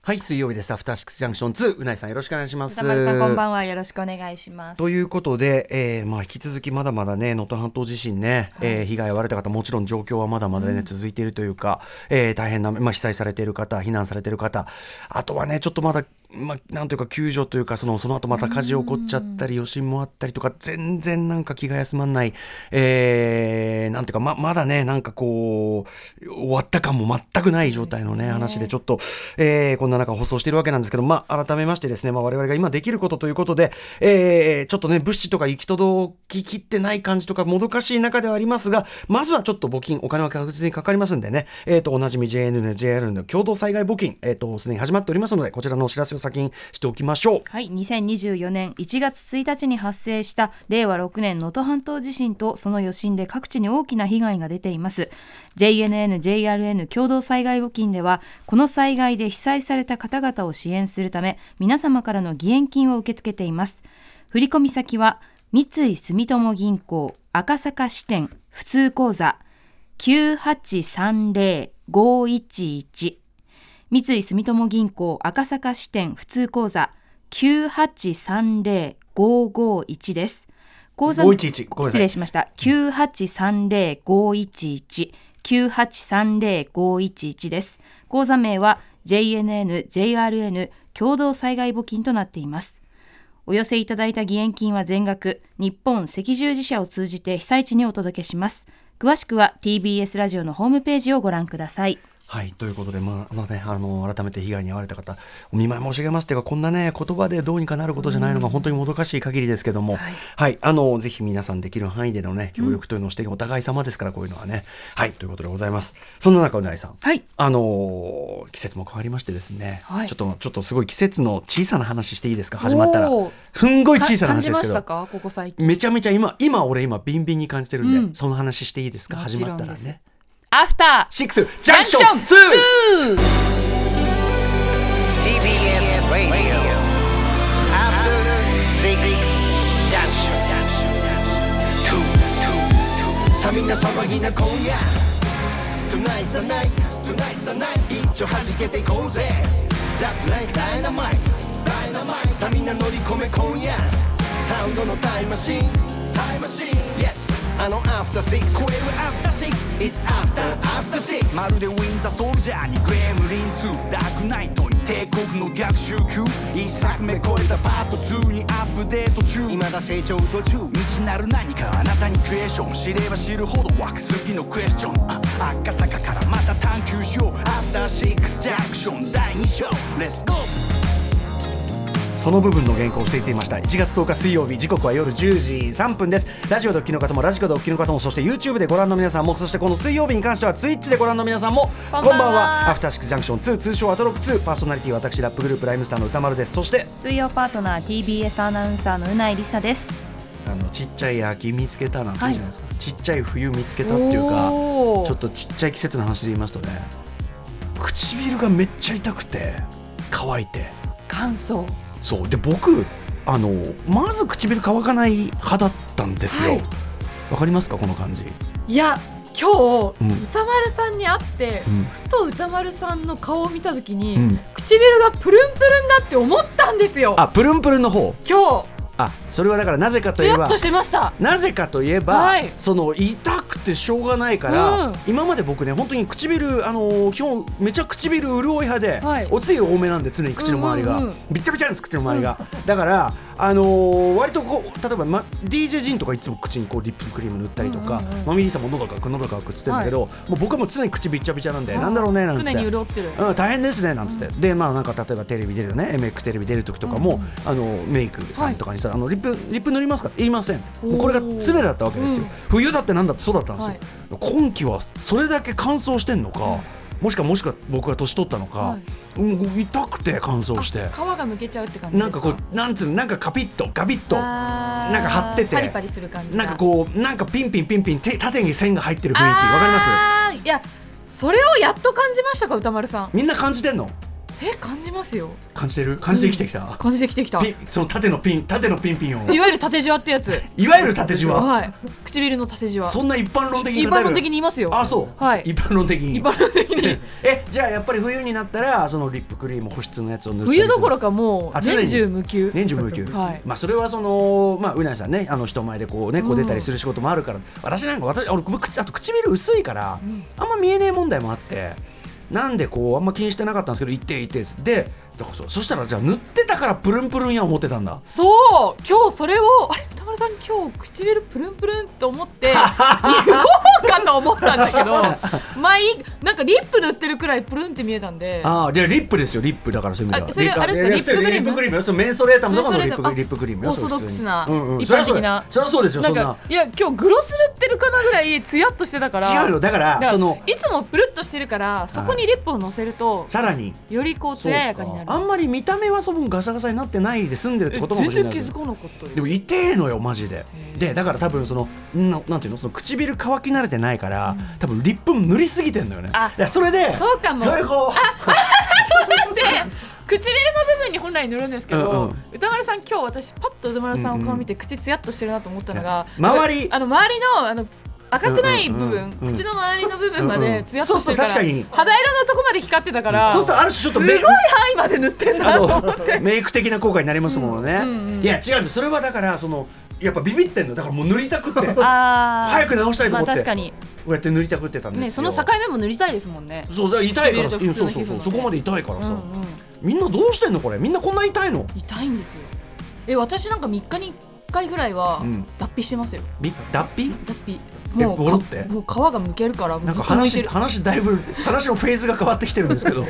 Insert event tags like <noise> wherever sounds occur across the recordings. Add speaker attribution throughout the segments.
Speaker 1: はい、水曜日です。アフターシックスジャンクション2。うないさんよろしくお願いします。
Speaker 2: 田丸さんこんばんはよろしくお願いします。
Speaker 1: ということで、えーまあ、引き続きまだまだね能登半島地震ね、えー被害を割れた方もちろん状況はまだまだね、続いているというか、えー大変な、まあ、被災されている方避難されている方あとはねちょっとまだ、まあ、なんというか救助というかそのその後また火事起こっちゃったり余震もあったりとか全然なんか気が休まんない、えーなんていうかままだねなんかこう終わった感も全くない状態のね話でちょっと、えーこんな中放送しているわけなんですけど、まあ、改めましてですね、まあ、我々が今できることということで、えーちょっとね物資とか行き届ききってない感じとかもどかしい中ではありますがまずはちょっと募金お金は確実にかかりますんでね、えー、とおなじみ JN JR の共同災害募金、えー、とすでに始まっておりますのでこちらのお知らせを先にしておきましょう。
Speaker 2: はい、2024年1月1日に発生した令和6年能登半島地震とその余震で各地に大きな被害が出ています JNN、JRN 共同災害募金ではこの災害で被災された方々を支援するため皆様からの義援金を受け付けています振込先は三井住友銀行赤坂支店普通口座9830511三井住友銀行赤坂支店普通口座9830551です。口座
Speaker 1: 511ごめんなさい
Speaker 2: 失礼しました。9830511 9830511です。口座名は JNN、JRN 共同災害募金となっています。お寄せいただいた義援金は全額、日本赤十字社を通じて被災地にお届けします。詳しくは TBS ラジオのホームページをご覧ください。
Speaker 1: はいということで、まあまあね、あの改めて被害に遭われた方お見舞い申し上げますというかこんな、ね、言葉でどうにかなることじゃないのが本当にもどかしい限りですけども、はいあのぜひ皆さんできる範囲での、ね、協力というのをして、お互い様ですからこういうのはね。はいということでございますそんな中うなりさん、
Speaker 2: はい
Speaker 1: あのー季節も変わりましてですね、
Speaker 2: はい
Speaker 1: ちょっとちょっとすごい季節の小さな話していいですか始まったらすんごい小さな話ですけど。
Speaker 2: かここ最
Speaker 1: めちゃめちゃ今今俺今ビンビンに感じてるんで、
Speaker 2: うん
Speaker 1: その話していいですか
Speaker 2: も
Speaker 1: 始
Speaker 2: ちろ
Speaker 1: ま
Speaker 2: ん
Speaker 1: っ
Speaker 2: で
Speaker 1: た
Speaker 2: す
Speaker 1: らね。
Speaker 2: アフター
Speaker 1: シックスジャンクション 2!
Speaker 3: TBS Radio. After Six Junction.
Speaker 4: さみんな騒ぎな今夜 Tonight the night Tonight the night 一丁弾けていこうぜ Just like dynamite Dynamite さみんな乗り込め今夜サウンドのタイムマシンタイムマシン Yes あの After Six これは After Six It's After After Six
Speaker 5: まるでウィンターソルジャーにグレムリン2ダークナイトに帝国の逆襲級一作目超えたパート2にアップデート中
Speaker 4: 未だ成長途中
Speaker 5: 未知なる何かあなたにクエスチョン知れば知るほど湧く次のクエスチョンあ赤坂からまた探求しようアフターシックスジャンクション第2章レッツゴー
Speaker 1: その部分の原稿を捨てていました1月10日水曜日時刻は夜10時3分ですラジオでお聞きの方もラジコでお聞きの方もそして YouTube でご覧の皆さんもそしてこの水曜日に関しては Twitch でご覧の皆さんもこ
Speaker 2: んばんは
Speaker 1: アフターシックスジャンクション2通称アトロック2パーソナリティは私ラップグループライムスターの歌丸ですそして
Speaker 2: 水曜パートナー TBS アナウンサーのうないりさです
Speaker 1: あのちっちゃい秋見つけたなんて
Speaker 2: はい
Speaker 1: 言うじゃないですか、ちっちゃい冬見つけたっていうか
Speaker 2: おー
Speaker 1: ちょっとちっちゃい季節の話で言いますとね唇がめっちゃ痛くて乾いて
Speaker 2: 感想
Speaker 1: そうで僕あのまず唇乾かない派だったんですよわ
Speaker 6: は、い
Speaker 1: かりますかこの感じ、
Speaker 6: いや今日、
Speaker 1: うん
Speaker 6: 歌丸さんに会って、
Speaker 1: うん
Speaker 6: ふと歌丸さんの顔を見た時に、
Speaker 1: うん
Speaker 6: 唇がプルンプルンだって思ったんですよ
Speaker 1: あプルンプルンの方
Speaker 6: 今
Speaker 1: あそれはだからなぜか
Speaker 6: 日
Speaker 1: とい
Speaker 6: ツ
Speaker 1: え
Speaker 6: ヤっ
Speaker 1: ば
Speaker 6: としてました
Speaker 1: なぜかといえば、
Speaker 6: はい
Speaker 1: その痛くてしょうがないから、
Speaker 6: うん
Speaker 1: 今まで僕ね本当に唇あのー基本めちゃ唇潤い派で、
Speaker 6: はい
Speaker 1: おつゆ多めなんで常に口の周りが、
Speaker 6: うんうんうん
Speaker 1: びっちゃびちゃなんです口の周りが、だからあのー割とこう例えば、ま、DJ ジンとかいつも口にこうリップクリーム塗ったりとか、
Speaker 6: うんうんうん
Speaker 1: マミリーさんも喉が乾く喉が乾くっつってんだけど、もう僕はもう常に口びっちゃびちゃなんで、なんだろうねなんつって
Speaker 6: 常に潤ってる
Speaker 1: うん、大変ですねなんつって、でまあなんか例えばテレビ出るよね MX テレビ出る時とかも、あのメイクさんとかにさ、あのリップリップ塗りますか言いませんもうこれが常だったわけですよ、
Speaker 6: うん
Speaker 1: 冬だってなんだってそうだったんですよ、今季はそれだけ乾燥してんのか、もしかもしか僕が年取ったのか、
Speaker 6: は
Speaker 1: うん痛くて乾燥して
Speaker 6: あ皮がむけちゃうって感じで
Speaker 1: な
Speaker 6: す
Speaker 1: ん
Speaker 6: か
Speaker 1: かこうなんつうのなんかカピッとガビッと
Speaker 6: あー
Speaker 1: なんか張ってて
Speaker 6: パリパリする感じ
Speaker 1: なんかこうなんかピンピンピンピンて縦に線が入ってる雰囲気わかります
Speaker 6: りますいやそれをやっと感じましたか歌丸さん
Speaker 1: みんな感じてんの
Speaker 6: え感じますよ
Speaker 1: 感じてる感じてきてきた、
Speaker 6: 感じてきてきた
Speaker 1: ピンその縦のピン縦のピンピンを
Speaker 6: いわゆる縦じわってや
Speaker 1: <laughs>
Speaker 6: つ
Speaker 1: いわゆる縦じわ
Speaker 6: はい唇の縦じわ
Speaker 1: そんな一般論的に
Speaker 6: 一
Speaker 1: 語る
Speaker 6: 般論的に言いますよ
Speaker 1: あそう、
Speaker 6: はい
Speaker 1: 一般論的に
Speaker 6: 一般論的に
Speaker 1: えじゃあやっぱり冬になったらそのリップクリーム保湿のやつを塗ったりする
Speaker 6: 冬どころかも
Speaker 1: あ
Speaker 6: う
Speaker 1: 常に
Speaker 6: 年中無休
Speaker 1: 年中無休、
Speaker 6: はい
Speaker 1: まあそれはそのまあうなぎさんねあの人前でこうねこう出たりする仕事もあるから、私なんか私俺口あと唇薄いから、あんま見えねえ問題もあってなんでこうあんま気にしてなかったんですけど一定一定ですでだからそうそしたらじゃあ塗ってたからプルンプルンや思ってたんだ
Speaker 6: そう今日それをあれ歌丸さん今日唇プルンプルンと思っ
Speaker 1: <laughs>
Speaker 6: て言おうかと思ったんだけどまあいいなんかリップ塗ってるくらいプルンって見えたんで
Speaker 1: ああでリップですよリップだからそういう意味では
Speaker 6: あそれあれですか
Speaker 1: いや
Speaker 6: リップクリ
Speaker 1: リ
Speaker 6: ーム
Speaker 1: ップクリームよそうメンソレータムとかの
Speaker 6: メ
Speaker 1: リ
Speaker 6: ン
Speaker 1: ップ
Speaker 6: ソレータム
Speaker 1: リップクリームよ
Speaker 6: あ
Speaker 1: そう普通に
Speaker 6: オーソドックスな
Speaker 1: うんうん
Speaker 6: 一般的な
Speaker 1: そりゃそうですよ
Speaker 6: な
Speaker 1: そん
Speaker 6: ん
Speaker 1: な
Speaker 6: かいや今日グロス塗ってるかなぐらいツヤっとしてたから
Speaker 1: 違うよだから
Speaker 6: だから
Speaker 1: その
Speaker 6: いつもプルッとしてるからそこにリップをのせると
Speaker 1: さらに
Speaker 6: よりこう艶やかにな
Speaker 1: そうかあ
Speaker 6: る
Speaker 1: んまり見た目はそ分ガサガサになってないで済んでるって
Speaker 6: え
Speaker 1: ことかも
Speaker 6: 全
Speaker 1: しれ
Speaker 6: 然
Speaker 1: ない
Speaker 6: 気
Speaker 1: けど
Speaker 6: づかなかったよ
Speaker 1: でも痛えのよマジで
Speaker 6: ー
Speaker 1: でだから多分そのななんていうのその唇乾き慣れてないから、多分リップも塗りすぎてんのよね
Speaker 6: あ
Speaker 1: いやそれで
Speaker 6: そうかも
Speaker 1: いわゆるこう
Speaker 6: で唇の部分に本来塗るんですけど、
Speaker 1: うんうん
Speaker 6: 歌丸さん今日私パッと歌丸さんを顔見て口つやっとしてるなと思ったのが、
Speaker 1: うん周り
Speaker 6: あの周りのあの赤くない部分、
Speaker 1: うんうんうん
Speaker 6: 口の周りの部分ま
Speaker 1: うんう
Speaker 6: で
Speaker 1: ん
Speaker 6: つやっとしてるから、
Speaker 1: そうすると確かに
Speaker 6: 肌色のとこまで光ってたから、
Speaker 1: そうするとある種ちょっと
Speaker 6: すご
Speaker 1: メ
Speaker 6: い範囲まで塗ってん
Speaker 1: あ
Speaker 6: なと <laughs> 思って
Speaker 1: のメイク的な効果になりますもんね、いや違うんですそれはだからそのやっぱビビってんのだからもう塗りたくってこ
Speaker 6: <laughs> あー
Speaker 1: 早く直したいと思って
Speaker 6: まあ、確かに
Speaker 1: うやって塗りたくってたんですよ、
Speaker 6: ねその境目も塗りたいですもんね
Speaker 1: そうだから痛いから
Speaker 6: 唇と
Speaker 1: そうそうそ
Speaker 6: 普通の
Speaker 1: う
Speaker 6: 皮膚のね
Speaker 1: そこまで痛いから
Speaker 6: うん
Speaker 1: さ、
Speaker 6: うん
Speaker 1: みんなどうしてんのこれみんなこんな痛いの
Speaker 6: 痛いんですよえ私なんか3日に1回ぐらいは
Speaker 1: うん
Speaker 6: 脱皮してますよ
Speaker 1: び脱皮
Speaker 6: 脱皮
Speaker 1: え
Speaker 6: もう
Speaker 1: ボロって
Speaker 6: かもう皮がむけるからも
Speaker 1: な
Speaker 6: うんず
Speaker 1: か
Speaker 6: っとむい
Speaker 1: 話
Speaker 6: てる
Speaker 1: 話だいぶ話のフェーズが変わってきてるんですけど
Speaker 6: <laughs>
Speaker 1: な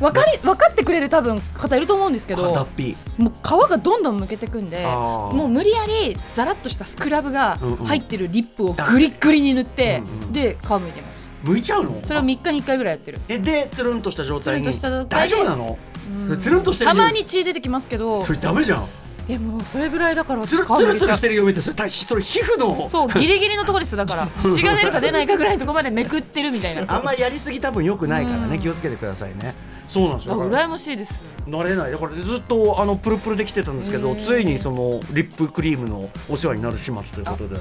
Speaker 6: 分かり分かってくれる多分方いると思うんですけど
Speaker 1: 脱皮
Speaker 6: もう皮がどんどんむけてくんで
Speaker 1: あー
Speaker 6: もう無理やりザラッとしたスクラブが
Speaker 1: うんうん
Speaker 6: 入ってるリップをグリッグリに塗って、
Speaker 1: うんうん
Speaker 6: で皮むいてます
Speaker 1: 剥いちゃうの
Speaker 6: それを3日に1回ぐらいやってる
Speaker 1: えでつるんとした状態に
Speaker 6: つるんとした状態
Speaker 1: 大
Speaker 6: で
Speaker 1: 丈夫なの
Speaker 6: うん
Speaker 1: それつるんとしてる
Speaker 6: たまに血出てきますけど
Speaker 1: それダメじゃん
Speaker 6: でもそれぐらいだから
Speaker 1: つる
Speaker 6: 私皮
Speaker 1: つ
Speaker 6: む
Speaker 1: るつ
Speaker 6: けちゃ
Speaker 1: る
Speaker 6: う
Speaker 1: してるよみたいなそれ大それ皮膚の
Speaker 6: そうギリギリのところですだから血が出るか出ないかぐらいのところまでめくってるみたいな
Speaker 1: あんまやりすぎ多分良くないからね
Speaker 6: うん
Speaker 1: 気をつけてくださいね <laughs> そうなんですよだから
Speaker 6: 羨ましいです
Speaker 1: 慣れないだからずっとあのプルプルできてたんですけど
Speaker 6: うん
Speaker 1: ついにそのリップクリームのお世話になる始末ということで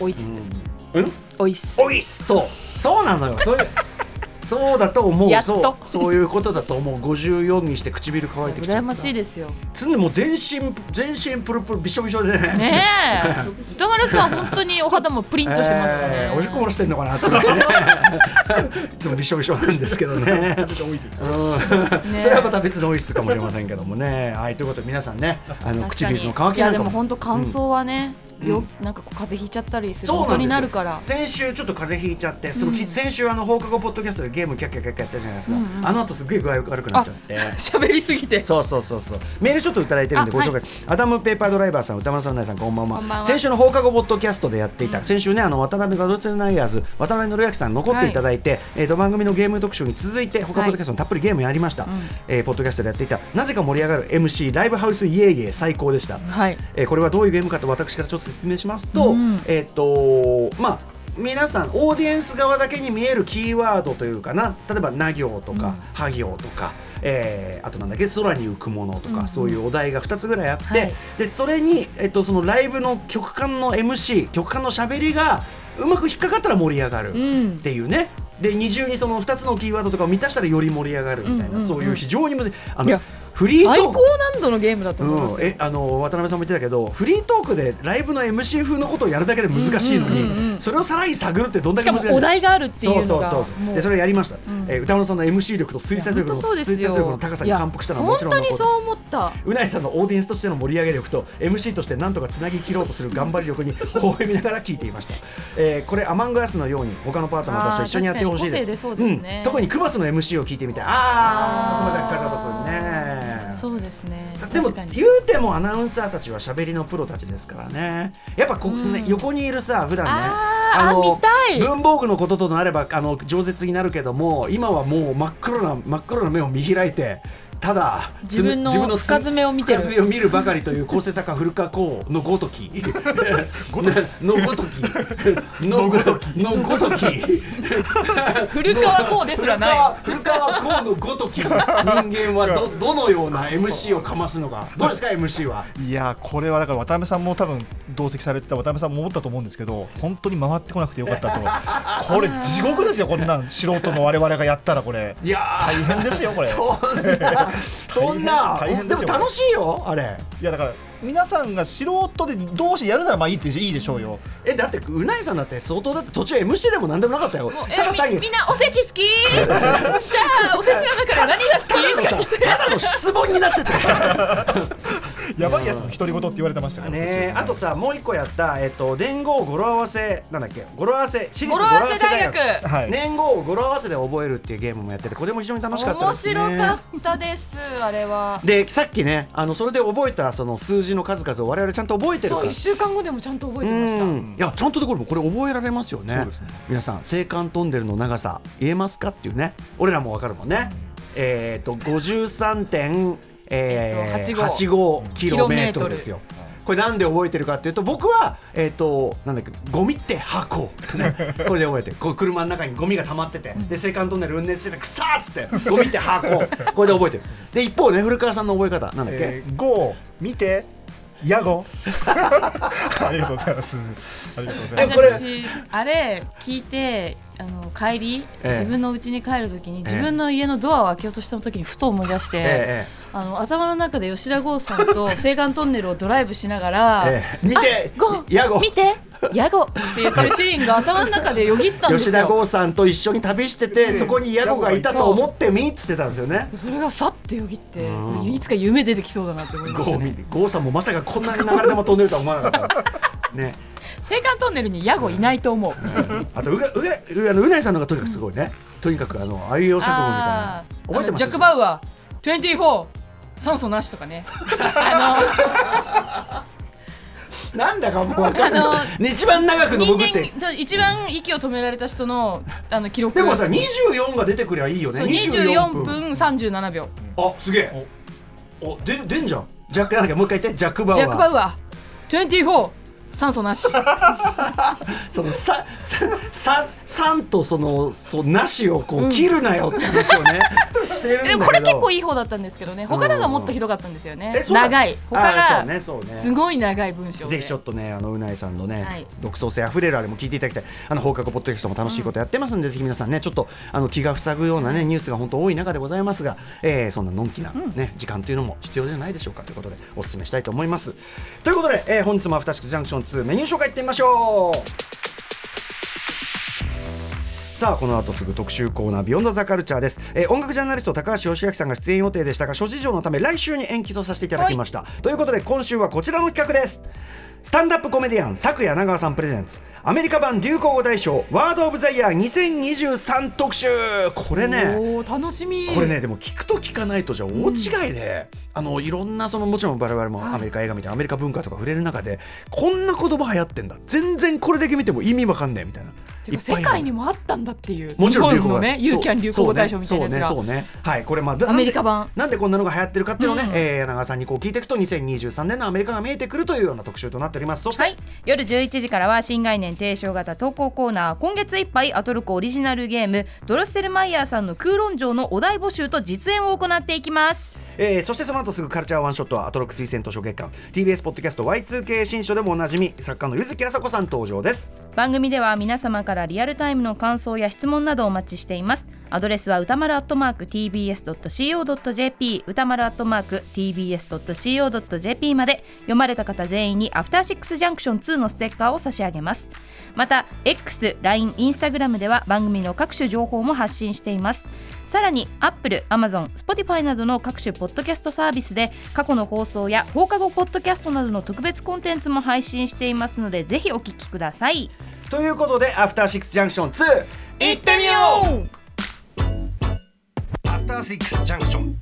Speaker 6: おいっす、
Speaker 1: うんうん
Speaker 6: おいっす
Speaker 1: おいそうそうなのよそういう
Speaker 6: <laughs>
Speaker 1: そうだと思う
Speaker 6: やっと
Speaker 1: そうそういうことだと思う54にして唇乾いてきちゃった
Speaker 6: 羨ましいですよ
Speaker 1: 常にもう全身全身プルプルびしょびしょでね
Speaker 6: ね
Speaker 1: <laughs>
Speaker 6: え歌丸さん本当にお肌もプリンとしてますしね、
Speaker 1: えーおしっこもしてんのか <laughs> なって思ってねいつもびしょびしょなんですけどねうん
Speaker 6: ね
Speaker 1: それはまた別のオイスかもしれませんけどもねはいということで皆さんねあの
Speaker 6: 確か
Speaker 1: 唇
Speaker 6: に
Speaker 1: の乾
Speaker 6: い
Speaker 1: き
Speaker 6: や
Speaker 1: なん
Speaker 6: で
Speaker 1: か
Speaker 6: も
Speaker 1: も
Speaker 6: 本当乾燥はね、よなんかこう風邪ひいちゃったりする
Speaker 1: そう
Speaker 6: こと
Speaker 1: なんで
Speaker 6: に
Speaker 1: す
Speaker 6: な
Speaker 1: よ
Speaker 6: るから
Speaker 1: 先週ちょっと風邪ひいちゃってそのき先週あの放課後ポッドキャストでゲームキャッキャッキャッキャやったじゃないですかあの後すっごい具合悪くなっちゃって
Speaker 6: 喋りすぎて
Speaker 1: そうそうそうそうメールちょっといただいてるんで
Speaker 6: あ
Speaker 1: ご紹介、
Speaker 6: はい
Speaker 1: アダムペーパードライバーさん歌丸さんうなえさんこんばんは
Speaker 6: こんばんは
Speaker 1: 先週の放課後ポッドキャストでやっていた、先週ねあの渡辺ガドツェルナイヤーズ渡辺紀明さん残っていただいて、えーと番組のゲーム特集に続いて他ポッドキャストにたっぷりゲームやりました、えーポッドキャストでやっていたなぜか盛り上がる MC ライブハウスイエイエイ最高でした、
Speaker 6: はい
Speaker 1: えーこれはどういうゲームかと私からちょっと説明しますと、
Speaker 6: うん
Speaker 1: えーっ、とまあ皆さんオーディエンス側だけに見えるキーワードというかな例えば「な行」とか「は行」とか、えーあとなんだっけ「空に浮くもの」とか、そういうお題が2つぐらいあって、
Speaker 6: はい
Speaker 1: でそれに、えっとそのライブの曲間の MC 曲間のしゃべりがうまく引っかかったら盛り上がる
Speaker 6: ん
Speaker 1: っていうね、で二重にその2つのキーワードとかを満たしたらより盛り上がるみたいな、
Speaker 6: うんうんうん
Speaker 1: そういう非常に難しいあの
Speaker 6: いや
Speaker 1: フリートー
Speaker 6: 最
Speaker 1: ク
Speaker 6: 高難度のゲームだと思います
Speaker 1: うん、
Speaker 6: よ、
Speaker 1: えあの渡辺さんも言ってたけどフリートークでライブの MC 風のことをやるだけで難しいのに、
Speaker 6: うんうんうんうん
Speaker 1: それをさらに探るってどんだ
Speaker 6: し
Speaker 1: け
Speaker 6: か
Speaker 1: 難しい
Speaker 6: もお題があるっていうのが
Speaker 1: そうそうそうそ
Speaker 6: も
Speaker 1: う
Speaker 6: う
Speaker 1: でそれをやりました、えー歌丸さんの MC 力と推薦力の
Speaker 6: いや本当そうです
Speaker 1: 推
Speaker 6: よ
Speaker 1: 薦力の高さに感服したのはもちろんの
Speaker 6: いや
Speaker 1: こ
Speaker 6: 本当
Speaker 1: と
Speaker 6: にそう思った
Speaker 1: うないさんのオーディエンスとしての盛り上げ力と MC としてなんとかつなぎ切ろうとする頑張り力に <laughs> 微笑みながら聞いていました、えーこれアマングアスのように他のパートナーたちと一緒にやってほしい
Speaker 6: あー確かに個性
Speaker 1: で
Speaker 6: 出
Speaker 1: す
Speaker 6: そうですね
Speaker 1: うん、特にクマスの MC を聞いてみたいああクマちゃん笠戸君ね
Speaker 6: そうですね
Speaker 1: でも
Speaker 6: 確かに
Speaker 1: 言うてもアナウンサーたちは喋りのプロたちですからねやっぱこ、ね横にいるさ普段ね
Speaker 6: あーあ見たい
Speaker 1: 文房具のこととなればあの饒舌になるけども今はもう真っ黒な真っ黒な目を見開いてただ
Speaker 6: 自分の
Speaker 1: つ
Speaker 6: 深爪を見てる
Speaker 1: 深爪を見るばかりという構成作家古川光の <laughs> ごときのごときのごときのごとき
Speaker 6: 古川こうですらない
Speaker 1: 古川古川光のごとき人間はどどのような MC をかますのかどうですか MC はい
Speaker 7: やーこれはだから渡辺さんも多分同席されてた渡辺さんも思ったと思うんですけど本当に回ってこなくてよ
Speaker 1: <laughs>
Speaker 7: かったとこれ地獄ですよこんなん素人の我々がやったらこれ
Speaker 1: いや
Speaker 7: 大
Speaker 1: ー
Speaker 7: 変です
Speaker 1: <laughs>
Speaker 7: よこれ
Speaker 1: そんなそ
Speaker 7: 大
Speaker 1: んな
Speaker 7: 変
Speaker 1: で
Speaker 7: で
Speaker 1: も
Speaker 7: すよ
Speaker 1: 楽しいよあれ
Speaker 7: いやだから皆さんが素人でどうしてやるならまあいいっていいでしょうよ
Speaker 1: えだってうないさんだって相当だって途中 MC でも何でもなかったよ
Speaker 6: え
Speaker 1: ただ単
Speaker 6: み
Speaker 1: に
Speaker 6: みんなおせち
Speaker 1: <laughs>
Speaker 6: 好きじゃあおせちの中から何が好
Speaker 1: ただの
Speaker 6: きと
Speaker 1: さ
Speaker 6: か
Speaker 1: ただの質問にな <laughs> ってたよ
Speaker 7: やばいやつの独り言って言われてましたから
Speaker 1: ねえあとさもう一個やった、えっと、年号語呂合わせなんだっけ語呂合わせ私立
Speaker 6: 語
Speaker 1: 語
Speaker 6: 呂
Speaker 1: 呂
Speaker 6: 合
Speaker 1: 合
Speaker 6: わ
Speaker 1: わ
Speaker 6: せ
Speaker 1: せ
Speaker 6: 大
Speaker 1: 大
Speaker 6: 学
Speaker 1: 学
Speaker 7: はい
Speaker 1: 年号を語呂合わせで覚えるっていうゲームもやっててこれも非常に楽しかった
Speaker 6: 面
Speaker 1: ですね
Speaker 6: 白かったですあれは
Speaker 1: でさっきねあのそれで覚えたその数字の数々を我々ちゃんと覚えてる
Speaker 6: そ
Speaker 1: か
Speaker 6: う
Speaker 1: ら
Speaker 6: 一週間後でもちゃんと覚えてました
Speaker 1: うんいやちゃんとでこれもこれ覚えられますよね
Speaker 7: そうですね
Speaker 1: 皆さん青函トンネルの長さ言えますかっていうね俺らもわかるもんね、えっ、と53点、え
Speaker 6: えっ
Speaker 1: ー
Speaker 6: と85
Speaker 1: 85キロメートルですよこれなんで覚えてるかっていうと僕はえっ、となんだっけゴミって箱って <laughs> ねこれで覚えてこう車の中にゴミが溜まっててで青函トンネル運転しててくさーっつってゴミって箱これで覚えてるで一方ね古川さんの覚え方なんだっけ、
Speaker 7: えー、ゴー見てヤ
Speaker 1: <laughs>
Speaker 7: ゴありがとうございますありがとうございます
Speaker 1: これ
Speaker 2: 私あれ聞いてあの帰り、
Speaker 1: ええ
Speaker 2: 自分の家に帰るときに
Speaker 1: え
Speaker 2: 自分の家のドアを開けようとしたときにふと思い出して、
Speaker 1: え、
Speaker 2: あの頭の中で吉田剛さんと青函トンネルをドライブしながら
Speaker 1: ええ見て
Speaker 2: あゴー
Speaker 1: ヤゴ
Speaker 2: 見てヤゴって言ってるシーンが頭の中でよぎったんです
Speaker 1: 吉田
Speaker 2: よ。
Speaker 1: 剛さんと一緒に旅してて、そこにヤゴがいたと思ってみっつってたんですよね。
Speaker 6: それがさってよぎっていつか夢出てきそうだなって思いました
Speaker 1: ゴ
Speaker 6: ね
Speaker 1: ーゴーさんもまさかこんなに流れ玉飛んでるとは思わなかった。ね、
Speaker 6: 青函トンネルにヤゴいないと思う
Speaker 1: あとうがうがうあのうないさんの方がとにかくすごいね。とにかくあのあいうえお作文みたいな
Speaker 6: あー
Speaker 1: 覚えてます。
Speaker 6: あのジャック・バウアー24酸素なしとかねあ
Speaker 1: なんだかもうわかん
Speaker 6: あ
Speaker 1: ない。ね一番長く
Speaker 6: の
Speaker 1: の僕っ
Speaker 6: 人
Speaker 1: て。
Speaker 6: 間そう一番息を止められた人のあの記録
Speaker 1: でもさ、24が出てくりゃいいよね。
Speaker 6: そう24分37秒
Speaker 1: あ、すげえ。お、で出んじゃん。ジャックなんだっけもう一回言ってジャックバウアー。
Speaker 6: ジャック・バウアー24酸素な
Speaker 1: <laughs>
Speaker 6: し
Speaker 1: そのささささんとそのそうなしをこう切るなよって話を
Speaker 6: <laughs>
Speaker 1: ね、してるんだけ
Speaker 6: で
Speaker 1: ど
Speaker 6: もこれ結構いい方だったんですけどね他のがもっとひどかったんですよね長い
Speaker 1: あ
Speaker 6: 他
Speaker 1: ー
Speaker 6: が
Speaker 1: そうねそうね
Speaker 6: すごい長い文章で
Speaker 1: ぜひちょっとねあのうないさんのね、
Speaker 6: はい
Speaker 1: 独創性あふれるあれも聞いていただきたいあの放課後ポッドキャストも楽しいことやってますんで、ぜひ皆さんねちょっとあの気が塞ぐようなねニュースが本当多い中でございますが、えーそんなのんきな、ね時間というのも必要じゃないでしょうかということでお勧めしたいと思いますということで、えー本日もアフターシックスジャンクション2メニュー紹介いってみましょうさあこの後すぐ特集コーナー「ビヨンドザカルチャーです、えー音楽ジャーナリスト高橋義明さんが出演予定でしたが諸事情のため来週に延期とさせていただきました、ということで今週はこちらの企画ですスタンダップコメディアン佐久柳川さんプレゼンツアメリカ版流行語大賞ワード・オブ・ザ・イヤー2023特集これね
Speaker 6: おー楽しみ
Speaker 1: これねでも聞くと聞かないとじゃ大違いで、あのいろんなそのもちろん我々もアメリカ映画みたいなアメリカ文化とか触れる中でこんな言葉流行ってんだ全然これだけ見ても意味わかんねえみたいない
Speaker 6: てか
Speaker 1: っぱ
Speaker 6: 世
Speaker 1: いある
Speaker 6: 界にもあったんだっていう
Speaker 1: もちろん
Speaker 6: 日
Speaker 1: 流行
Speaker 6: 本
Speaker 1: 語
Speaker 6: のねユーキャン流行語大賞みたいなやつが
Speaker 1: そうねそうねそうねはいこれまあだ
Speaker 6: アメリカ版
Speaker 1: なんでなんでこんなのが流行ってるかっていうのをね、えー柳川さんにこう聞いていくと2023年のアメリカが見えてくるというような特集となっておりますそして、
Speaker 2: はい、夜11時からは新概念提唱型投稿コーナー今月いっぱいアトルコオリジナルゲームドロッセルマイヤーさんの空論城のお題募集と実演を行っていきます
Speaker 1: えーそしてその後すぐカルチャーワンショットはアトロック推薦図書月間 TBS ポッドキャスト Y2K 新書でもおなじみ作家の柚木あさこさん登場です
Speaker 2: 番組では皆様からリアルタイムの感想や質問などお待ちしていますアドレスは歌丸アットマーク tbs.co.jp 歌丸アットマーク tbs.co.jp まで読まれた方全員にアフターシックスジャンクション2のステッカーを差し上げますまた X、LINE、Instagram では番組の各種情報も発信していますさらに Apple、Amazon、Spotify などの各種ポッドキャストサービスで過去の放送や放課後ポッドキャストなどの特別コンテンツも配信していますのでぜひお聞きください
Speaker 1: ということでアフターシックスジャンクション2いってみよう
Speaker 4: アフターシックスジャンクション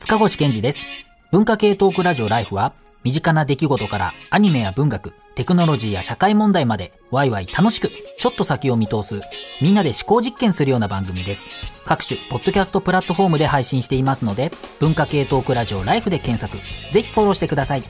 Speaker 8: 塚越健二です。文化系トークラジオライフは身近な出来事からアニメや文学テクノロジーや社会問題までワイワイ楽しくちょっと先を見通すみんなで思考実験するような番組です各種ポッドキャストプラットフォームで配信していますので文化系トークラジオライフで検索ぜひフォローしてください